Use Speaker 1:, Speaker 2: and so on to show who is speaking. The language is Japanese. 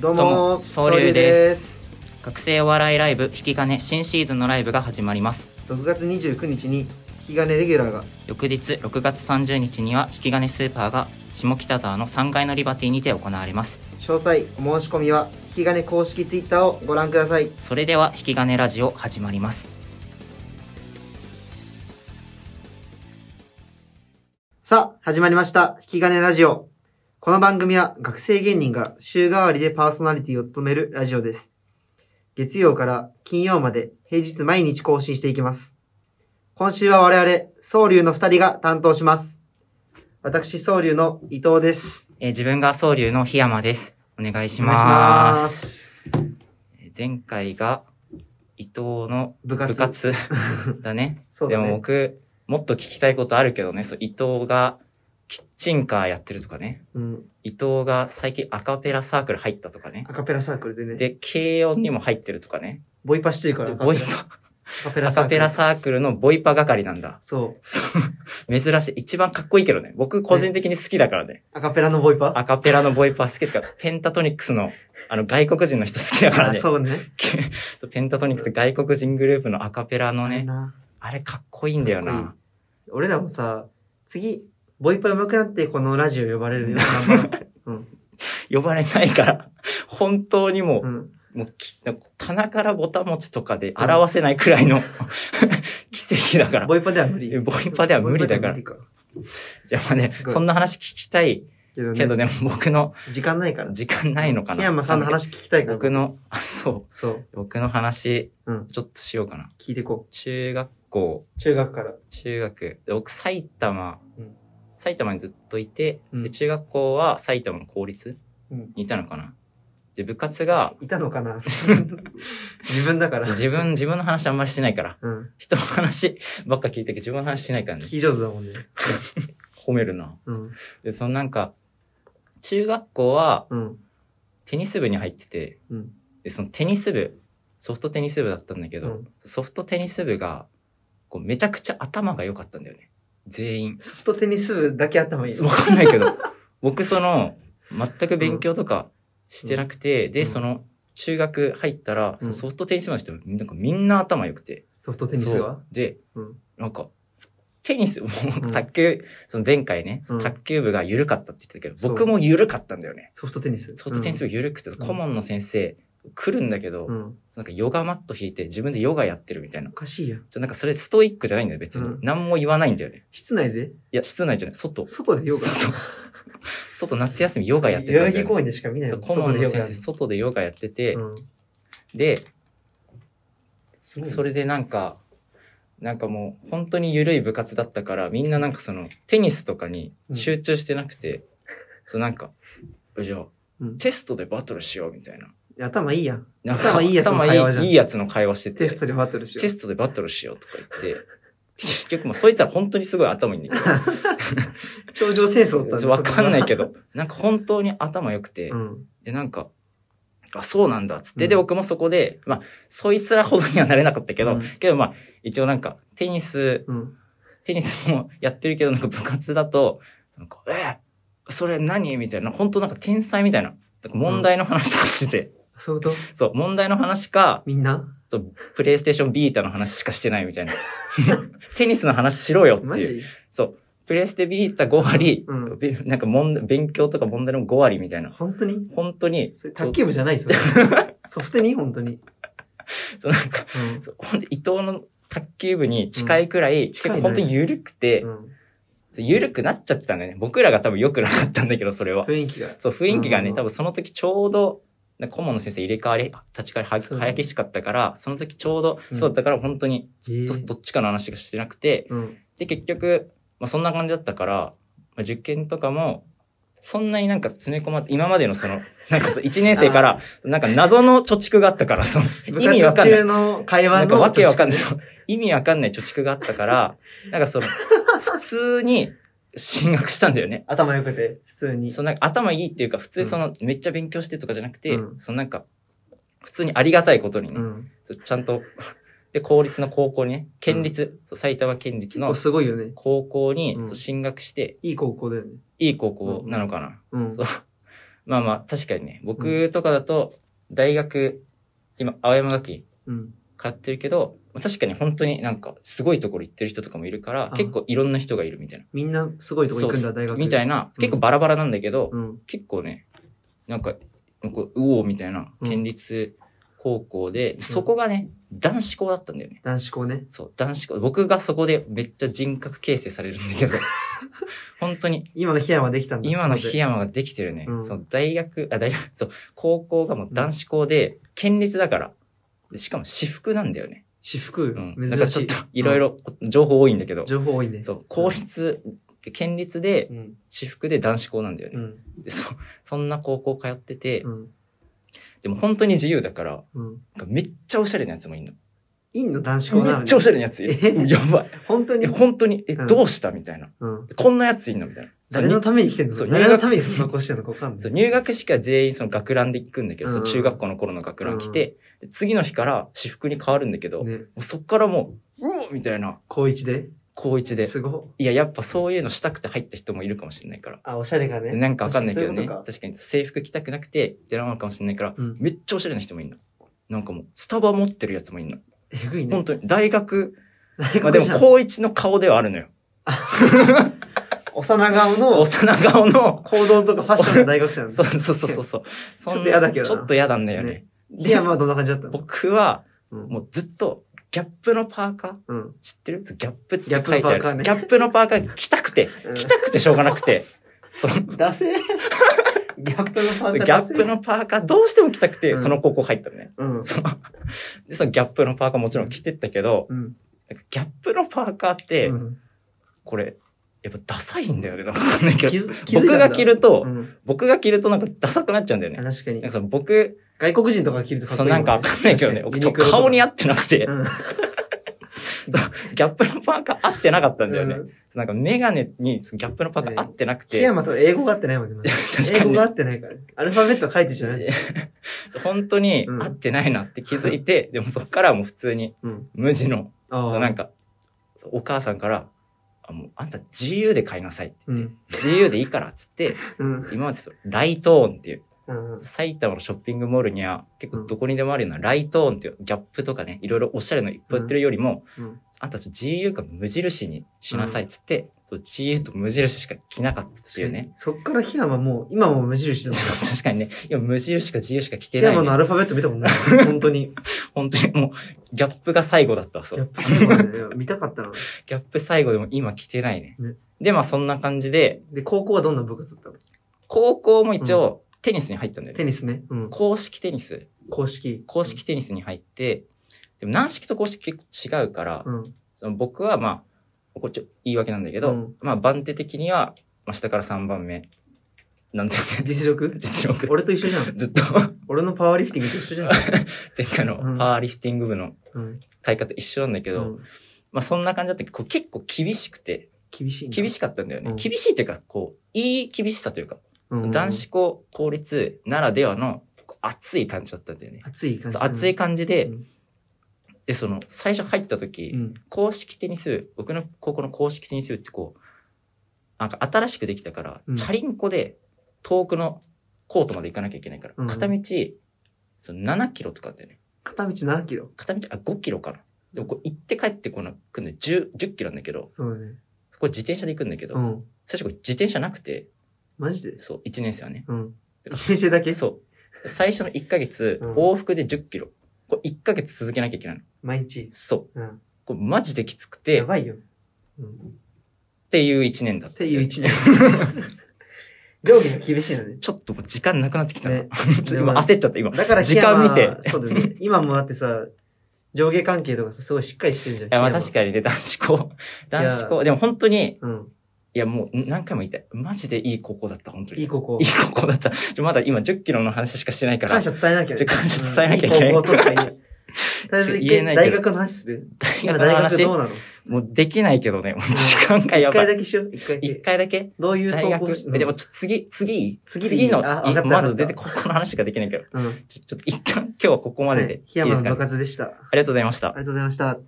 Speaker 1: どう
Speaker 2: どうも
Speaker 1: も
Speaker 2: 総
Speaker 1: 総
Speaker 2: 龍
Speaker 1: 流
Speaker 2: で
Speaker 1: です
Speaker 2: 学生お笑いライブ引き金新シーズンのライブが始まります
Speaker 1: 6月29日に引き金レギュラーが
Speaker 2: 翌日6月30日には引き金スーパーが下北沢の3階のリバティにて行われます
Speaker 1: 詳細お申し込みは引き金公式ツイッターをご覧ください
Speaker 2: それでは引き金ラジオ始まります
Speaker 1: さあ始まりました引き金ラジオこの番組は学生芸人が週替わりでパーソナリティを務めるラジオです月曜から金曜まで平日毎日更新していきます今週は我々総流の2人が担当します私総流の伊藤です
Speaker 2: えー自分が総流の檜山ですお願いします
Speaker 1: す
Speaker 2: えー前回が伊藤の
Speaker 1: 部活
Speaker 2: 部活 だね
Speaker 1: そう
Speaker 2: で
Speaker 1: だ
Speaker 2: も
Speaker 1: ね
Speaker 2: 僕もっと聞きたいことあるけどねそう伊藤がキッチンカーやってるとかね
Speaker 1: うん
Speaker 2: 伊藤が最近アカペラサークル入ったとかね
Speaker 1: アカペラサークルでね
Speaker 2: で、軽音にも入ってるとかね。
Speaker 1: ボイパしてるから。
Speaker 2: で
Speaker 1: アカ
Speaker 2: ボイ
Speaker 1: ペ
Speaker 2: パ、
Speaker 1: ラ
Speaker 2: ア
Speaker 1: サーク
Speaker 2: カペ
Speaker 1: ル
Speaker 2: ラ。サークルのボイパ係なんだ。
Speaker 1: そう。
Speaker 2: そう。珍しい。一番かっこいいけどね。僕個人的に好きだからね。
Speaker 1: アカペラのボイパ
Speaker 2: アカペラのボイパ好きだから、ペンタトニックスの、あの、外国人の人好きだから
Speaker 1: あ
Speaker 2: ね。
Speaker 1: そうね。
Speaker 2: ペンタトニックス外国人グループのアカペラの
Speaker 1: あれ
Speaker 2: ね、
Speaker 1: な
Speaker 2: あれかっこいいんだよ
Speaker 1: かっこ
Speaker 2: な。
Speaker 1: 俺らもさ、次、ボイパ上手くなって、このラジオ呼ばれるよ。 頑張ろ
Speaker 2: 呼ばれないから、本当にも
Speaker 1: ううん。
Speaker 2: う、もうき、棚からぼたもちとかで 表せないくらいの 奇跡だから。
Speaker 1: ボイパでは無理。
Speaker 2: ボイパでは無理だから
Speaker 1: ボイパでは無理
Speaker 2: じゃあまあね、
Speaker 1: すごい
Speaker 2: そんな話聞きたい
Speaker 1: けどね。
Speaker 2: けどでも僕の
Speaker 1: 時間ないから。
Speaker 2: 時間ないのかな。
Speaker 1: 檜山さんの話聞きたいから。
Speaker 2: 僕の、あ、そ
Speaker 1: そう。
Speaker 2: う。僕の話、
Speaker 1: うん
Speaker 2: ちょっとしようかな。
Speaker 1: 聞いてこ
Speaker 2: 中学校、
Speaker 1: う。中学から。
Speaker 2: 中学、僕埼玉、
Speaker 1: うん
Speaker 2: 埼玉にずっといて、
Speaker 1: うん
Speaker 2: で中学校は埼玉の公立
Speaker 1: うん。
Speaker 2: にいたのかな。で、部活が、
Speaker 1: いたのか な自分だから。
Speaker 2: そう自分、自分の話あんまりしてないから。
Speaker 1: うん。
Speaker 2: 人の話ばっか聞いてるけど、自分の話してないからね
Speaker 1: 聞。き上手だもんね。
Speaker 2: 褒めるな。
Speaker 1: うん。
Speaker 2: で、そのなんか、中学校は
Speaker 1: うん。
Speaker 2: テニス部に入ってて、
Speaker 1: うん。
Speaker 2: でそのテニス部ソフトテニス部だったんだけど、
Speaker 1: うん
Speaker 2: ソフトテニス部がこうめちゃくちゃ頭が良かったんだよね全員
Speaker 1: ソフトテニス部だけ頭いい。
Speaker 2: 分かんない けど僕その全く勉強とかしてなくて、で、
Speaker 1: うん
Speaker 2: その中学入ったら、そのソフトテニス部の人なんかみんな頭良くて
Speaker 1: ソフトテニス
Speaker 2: そ
Speaker 1: は
Speaker 2: うで、
Speaker 1: うん
Speaker 2: なんかテニスも
Speaker 1: うん
Speaker 2: 卓球、その前回ね、
Speaker 1: うん
Speaker 2: 卓球部が緩かったって言ってたけど
Speaker 1: そう
Speaker 2: 僕も緩かったんだよね
Speaker 1: ソフトテニス。
Speaker 2: ソフトテニス部緩くて、
Speaker 1: ん
Speaker 2: 顧問の先生来るんだけど、
Speaker 1: うん。
Speaker 2: なんかヨガマット引いて自分でヨガやってるみたいな。
Speaker 1: おかしいやん。
Speaker 2: じゃなんかそれストイックじゃないんだよ、別に。
Speaker 1: うん
Speaker 2: 何も言わないんだよね。
Speaker 1: 室内で
Speaker 2: いや、室内じゃない、外。
Speaker 1: 外でヨガ
Speaker 2: 外。 外夏休みヨガやって
Speaker 1: 代
Speaker 2: たん
Speaker 1: 々
Speaker 2: だ
Speaker 1: 木
Speaker 2: よ、
Speaker 1: 公
Speaker 2: ね。
Speaker 1: 園でしか見ない
Speaker 2: そう
Speaker 1: よ。
Speaker 2: 顧問
Speaker 1: 外で
Speaker 2: の
Speaker 1: ヨガ
Speaker 2: 先
Speaker 1: や
Speaker 2: 生、
Speaker 1: る
Speaker 2: 外でヨガやってて、
Speaker 1: うん。
Speaker 2: で、
Speaker 1: すごいね
Speaker 2: それでなんか、なんかもう本当に緩い部活だったから、みんななんかそのテニスとかに集中してなくて、そうなんか、じゃあ、
Speaker 1: うん
Speaker 2: テストでバトルしようみたいな。
Speaker 1: 頭いいやん。
Speaker 2: なんか
Speaker 1: 頭いいやつの会話じゃ
Speaker 2: 頭
Speaker 1: ん
Speaker 2: いいいいやつの会話してて。
Speaker 1: テストでバトルしよ
Speaker 2: テストでバトルしようとか言って、結局もうそう言ったら本当にすごい頭いいんだけ
Speaker 1: う。頂上戦争だった
Speaker 2: ど、わかんないけ
Speaker 1: ど。
Speaker 2: ど、なんか本当に頭良くて、
Speaker 1: うん。
Speaker 2: で、なんか、あ、そうなんだっつって、
Speaker 1: うん
Speaker 2: で、僕もそこで、まあ、そいつらほどにはなれなかったけど、
Speaker 1: うん
Speaker 2: けどまあ、一応なんか、テニス、
Speaker 1: うん。
Speaker 2: テニスもやってるけど、なんか部活だと、なんか、えそれ何みたいな、本当なんか天才みたいな、なんか問題の話とかしてて、
Speaker 1: そういうこと
Speaker 2: そう、問題の話か、
Speaker 1: みんな
Speaker 2: そうプレイステーションビータの話しかしてないみたい な。テニスの話しろよって
Speaker 1: マ
Speaker 2: いう。
Speaker 1: ジ
Speaker 2: そう。プレステビータ5割、
Speaker 1: うん
Speaker 2: べなんか問題勉強とか問題の5割みたいな。
Speaker 1: 本当に
Speaker 2: 本当に、
Speaker 1: それ卓球部じゃないそれソフトに本当に。
Speaker 2: そうなんか、
Speaker 1: うん
Speaker 2: そうほんと伊藤の卓球部に近いくらい、結
Speaker 1: 近い
Speaker 2: 構
Speaker 1: ね
Speaker 2: 本当に緩くて、
Speaker 1: うん。
Speaker 2: そう緩くなっちゃってたんだよね。僕らが多分良くなかったんだけど、それは。
Speaker 1: 雰囲気が。
Speaker 2: そう、雰囲気がね、
Speaker 1: うん
Speaker 2: 多分その時ちょうど、なんか顧問の先生入れ替わり、立ち替わりは、
Speaker 1: そうだね
Speaker 2: 早きしかったから、その時ちょうど、
Speaker 1: うん
Speaker 2: そうだから本当に、
Speaker 1: え
Speaker 2: ど
Speaker 1: ー
Speaker 2: どっちかの話がしてなくて、
Speaker 1: うん。
Speaker 2: で、結局、まあ、そんな感じだったから、まあ、受験とかも、そんなになんか詰め込まず、今までのその、 なんかそう、1年生から、なんか謎の貯蓄があったから、その、意味わかん
Speaker 1: 部活
Speaker 2: ない
Speaker 1: 中。の会話
Speaker 2: な
Speaker 1: の。
Speaker 2: んかわけわかんない。そう意味わかんない貯蓄があったから、なんかその、 普通に進学したんだよね。
Speaker 1: 頭良くて、普通に。
Speaker 2: そのなんか頭いいっていうか、普通にその、めっちゃ勉強してとかじゃなくて、
Speaker 1: うん
Speaker 2: そのなんか、普通にありがたいことに
Speaker 1: う
Speaker 2: ね、
Speaker 1: ん。
Speaker 2: そうちゃんと、で、公立の高校にね、県立、そう埼玉県立
Speaker 1: 結構
Speaker 2: の
Speaker 1: すごいよね。
Speaker 2: 高校に
Speaker 1: うん
Speaker 2: そう進学して、
Speaker 1: いい高校だよね。
Speaker 2: いい高校なのかな。
Speaker 1: うん
Speaker 2: そう。まあまあ、確かにね、僕とかだと、大学、今、青山学院
Speaker 1: うん。
Speaker 2: 買ってるけど、まあ確かに本当になんか、すごいところ行ってる人とかもいるか
Speaker 1: あ
Speaker 2: ら
Speaker 1: あ、
Speaker 2: 結構いろんな人がいるみたいな。
Speaker 1: みんなすごいとこ行くんだ、大学。
Speaker 2: みたい
Speaker 1: な。
Speaker 2: な、
Speaker 1: うん
Speaker 2: 結構バラバラなんだけど、
Speaker 1: うん。
Speaker 2: 結構ね、なんか、なんかうおーみたいな
Speaker 1: うん
Speaker 2: 県立高校で、そこがね、男子校だったんだよね。
Speaker 1: 男子校ね。
Speaker 2: そう、男子校。僕がそこでめっちゃ人格形成されるんだ けど、本当に、
Speaker 1: 今の檜山できたんだ。
Speaker 2: 今の檜
Speaker 1: 檜
Speaker 2: 山ができてるね。
Speaker 1: うん
Speaker 2: その大学、あ、大学、 そう、高校がもう男子校で、県立だから。でしかも私服なんだよね。
Speaker 1: 私服
Speaker 2: うん。、
Speaker 1: 珍しい。
Speaker 2: なんかちょっと、いろいろ、情報多いんだけど、
Speaker 1: 情報多いね。
Speaker 2: そう、公立、県立で、
Speaker 1: うん。
Speaker 2: 私服で男子校なんだよね。
Speaker 1: うん。
Speaker 2: でそそんな高校通ってて、
Speaker 1: うん。
Speaker 2: でも本当に自由だから、
Speaker 1: うん。
Speaker 2: なんかめっちゃおしゃれなやつもいんの。
Speaker 1: インの男子校なの
Speaker 2: めっちゃおしゃれなやついる。
Speaker 1: え
Speaker 2: やばい。
Speaker 1: 本当に
Speaker 2: え、。本当に、え、
Speaker 1: うん
Speaker 2: どうしたみたいな。
Speaker 1: うん。
Speaker 2: こんなやついんのみたいな。そう
Speaker 1: 誰のために来てん
Speaker 2: そ
Speaker 1: の
Speaker 2: う
Speaker 1: 誰
Speaker 2: 入
Speaker 1: の
Speaker 2: 学
Speaker 1: ためにそんな子してんのかわかんな
Speaker 2: そう
Speaker 1: い。
Speaker 2: 入学式は全員その学ランで行くんだけど、そう
Speaker 1: うん
Speaker 2: 中学校の頃の学ラン着て、で次の日から私服に変わるんだけど、も
Speaker 1: ね。
Speaker 2: うそっからもう、うおみたいな、
Speaker 1: 高一で。。
Speaker 2: 高一です
Speaker 1: ごっ
Speaker 2: いや、やっぱそういうのしたくて入った人もいるかもしれないから。
Speaker 1: あ、おしゃれがね。
Speaker 2: なんかわかんないけどね。
Speaker 1: 確かにそういうことか
Speaker 2: 確かに制服着たくなくて、出られるかもしれないから、
Speaker 1: うん。
Speaker 2: めっちゃおしゃれな人もいんの。なんかもう、スタバ持ってるやつもいんの。
Speaker 1: えぐいね
Speaker 2: 本。当に。大学、ま
Speaker 1: ま
Speaker 2: あでも、高一の顔ではあるのよ。
Speaker 1: 幼顔の
Speaker 2: 幼顔の、
Speaker 1: 行動とかファッションの大学生なん
Speaker 2: そ
Speaker 1: だ
Speaker 2: う。そうそうそうそう。そん
Speaker 1: ちょっと嫌だけどな
Speaker 2: ちょっと嫌なんだよね。
Speaker 1: いや、まあどんな感じだったの
Speaker 2: 僕は、
Speaker 1: うん
Speaker 2: もうずっと、ギャップのパーカー
Speaker 1: うん。
Speaker 2: 知ってるギャップって
Speaker 1: ギ
Speaker 2: 書
Speaker 1: ャ
Speaker 2: い
Speaker 1: ップ
Speaker 2: て
Speaker 1: のパ
Speaker 2: あ
Speaker 1: ーカー
Speaker 2: る。
Speaker 1: ね
Speaker 2: ギャップのパーカー着たくて、着たくてしょうがなくて。その
Speaker 1: ダセー ギャップのファン
Speaker 2: ギ
Speaker 1: が
Speaker 2: ャ
Speaker 1: ダセ
Speaker 2: ッ
Speaker 1: ー
Speaker 2: プのパーカーどうしても着たく
Speaker 1: う
Speaker 2: て、
Speaker 1: ん
Speaker 2: その高校入ったのね。
Speaker 1: うん。
Speaker 2: その、で、そのギャップのパーカーもちろん着てったけど、
Speaker 1: うん。
Speaker 2: なんかギャップのパーカーって
Speaker 1: う、ん
Speaker 2: これ、やっぱダサいんだよね。なんかわかんないけ
Speaker 1: 気
Speaker 2: ど
Speaker 1: づ気づいたん
Speaker 2: 僕
Speaker 1: だ
Speaker 2: が着ると、
Speaker 1: うん。
Speaker 2: 僕が着るとなんかダサくなっちゃうんだよね。
Speaker 1: 確かに
Speaker 2: なんか。その僕、
Speaker 1: 外国人とか着るとかっこい
Speaker 2: その
Speaker 1: い
Speaker 2: なんかわかんないけどね、僕と顔に合
Speaker 1: っ
Speaker 2: ってなくて、ギャップのパーカー合ってなかった
Speaker 1: た
Speaker 2: んだよね。。なんかメガネにそのギャップのパーカー合ってなく
Speaker 1: 木
Speaker 2: て、
Speaker 1: 山と英語が合ってないもんね。まだ
Speaker 2: 確
Speaker 1: 英
Speaker 2: か
Speaker 1: 語
Speaker 2: に
Speaker 1: が合。ってないから。アルファベット書いてじゃ ない。
Speaker 2: 本当に
Speaker 1: うん
Speaker 2: 合ってないなって気づいて、 でもそっからはもう普通に
Speaker 1: うん。
Speaker 2: 無地の、
Speaker 1: あ
Speaker 2: そ
Speaker 1: ー
Speaker 2: うなんか、お母さんから、あもうあんた GU で買いなさいって
Speaker 1: う
Speaker 2: 言って、
Speaker 1: ん。
Speaker 2: GU でいいからっつって、
Speaker 1: うん。
Speaker 2: 今までそのライトオーンっていう、
Speaker 1: うん
Speaker 2: 埼玉のショッピングモールには結構どこにでもあるようなライトオンっていうギャップとかね、いろいろおしゃれのいっぱい売ってるよりも、
Speaker 1: うん
Speaker 2: あんた GU か無印にしなさいっつって、GU と無印しか着なかったっていうね。
Speaker 1: そっから木山もう、今も無印だもん。
Speaker 2: 確かにね、今無印か GU しか
Speaker 1: 木
Speaker 2: 着てない、
Speaker 1: 山のア
Speaker 2: ね。
Speaker 1: ルファベット見たも んね。本当に。
Speaker 2: 本当にもう、ギャップが最後だったわ、そ
Speaker 1: やっ
Speaker 2: う。
Speaker 1: ぱ最後だね。見たかったな。
Speaker 2: ギャップ最後でも今着てないね。
Speaker 1: ね
Speaker 2: で、まあそんな感じで、
Speaker 1: で、高校はどんな部活だったの
Speaker 2: 高校も一応テニスに入ったんだよね。
Speaker 1: テニスね。うん。
Speaker 2: 公式テニス。
Speaker 1: 公式。
Speaker 2: 公式テニスに入って、でも軟式と公式結構違うから、
Speaker 1: うん。
Speaker 2: その僕はまあ、こっちょ言い訳なんだけど、
Speaker 1: うん
Speaker 2: まあ番手的には、まあ、下から3番目。なんて言ってんの
Speaker 1: 実力
Speaker 2: 実力。
Speaker 1: 俺と一緒じゃん。
Speaker 2: ずっと、
Speaker 1: 俺のパワーリフティングと一緒じゃん。
Speaker 2: 前回の
Speaker 1: うん
Speaker 2: パワーリフティング部の
Speaker 1: うん。
Speaker 2: 大会と一緒なん だけど、
Speaker 1: うん
Speaker 2: まあそんな感じだったけど、こう結構厳しくて、
Speaker 1: 厳しいな。
Speaker 2: 厳しかったんだよね。
Speaker 1: うん
Speaker 2: 厳しいというか、こう、いい厳しさというか、
Speaker 1: うん
Speaker 2: 男子校、公立ならではのこう熱い感じだったんだよね。
Speaker 1: 熱い感じ。
Speaker 2: そう熱い感じで、
Speaker 1: うん
Speaker 2: で、その、最初入った時、
Speaker 1: うん。
Speaker 2: 公式テニス部、僕の高校の公式テニス部ってこう、なんか新しくできたから、
Speaker 1: うん
Speaker 2: チャリンコで遠くのコートまで行かなきゃいけないから、
Speaker 1: うん
Speaker 2: 片道、その7キロとかだよね。
Speaker 1: 片道何キロ
Speaker 2: 片道、あ、5キロかな。でもこう行って帰ってこの、来るの10、10キロなんだけど、
Speaker 1: そうだね。
Speaker 2: これ自転車で行くんだけど、
Speaker 1: うん。
Speaker 2: 最初これ自転車なくて、
Speaker 1: マジで
Speaker 2: そう、1年生はね。
Speaker 1: うん。人生だけ
Speaker 2: えそう。最初の1ヶ月、
Speaker 1: うん
Speaker 2: 往復で10キロ。これ1ヶ月続けなきゃいけないの。
Speaker 1: 毎日。
Speaker 2: そう。
Speaker 1: うん。
Speaker 2: これマジできつくて、
Speaker 1: や
Speaker 2: っ
Speaker 1: ばいよ。うん。
Speaker 2: ていう1年だっ。
Speaker 1: ったていう一 年。上下が厳しいのね。
Speaker 2: ちょっともう時間なくなってきたな。
Speaker 1: ね
Speaker 2: ちょっと今焦っちゃった、今。い
Speaker 1: だから
Speaker 2: 時間見て
Speaker 1: 木山はそうだよね。今もだってさ、上下関係とかさ、すごいしっかりしてるじゃん。
Speaker 2: や、まあ確かにね、男子校。男子校。でも本当に、
Speaker 1: に。うん。
Speaker 2: いやもう何回も言いたい。マジでいい高校だった、本当に。
Speaker 1: いい
Speaker 2: いい
Speaker 1: 高校。
Speaker 2: 高校だった。ちょまだ今10キロの話しかしてないから
Speaker 1: 感、謝伝えなきゃね。
Speaker 2: ちょ感謝伝えなきゃいけない
Speaker 1: うん高校としか言えない。とりあえず
Speaker 2: 言えないけ
Speaker 1: 大
Speaker 2: ど
Speaker 1: 学の話する。
Speaker 2: 大
Speaker 1: 今
Speaker 2: 学の
Speaker 1: 大学
Speaker 2: 話
Speaker 1: ど、うなの
Speaker 2: もうできないけどね、もう時間がや
Speaker 1: 一
Speaker 2: ば
Speaker 1: 回だ
Speaker 2: い。
Speaker 1: けしよう。一回だ
Speaker 2: 一
Speaker 1: け。
Speaker 2: 回だけ
Speaker 1: どういう
Speaker 2: 大
Speaker 1: 投稿
Speaker 2: 学
Speaker 1: し、うん
Speaker 2: でもちょっと次、次いい
Speaker 1: 次でいい
Speaker 2: 次の、
Speaker 1: あわかった
Speaker 2: ま
Speaker 1: わか
Speaker 2: だ
Speaker 1: った
Speaker 2: 全然高校の話しかできないけど。
Speaker 1: うん。
Speaker 2: ちょちょっと一旦今日はここまでで
Speaker 1: はい
Speaker 2: い
Speaker 1: 檜
Speaker 2: いで
Speaker 1: 山
Speaker 2: す
Speaker 1: の
Speaker 2: か、
Speaker 1: 部
Speaker 2: ね、あ
Speaker 1: 活でした。あ
Speaker 2: りがとうございました
Speaker 1: りが。とうございました。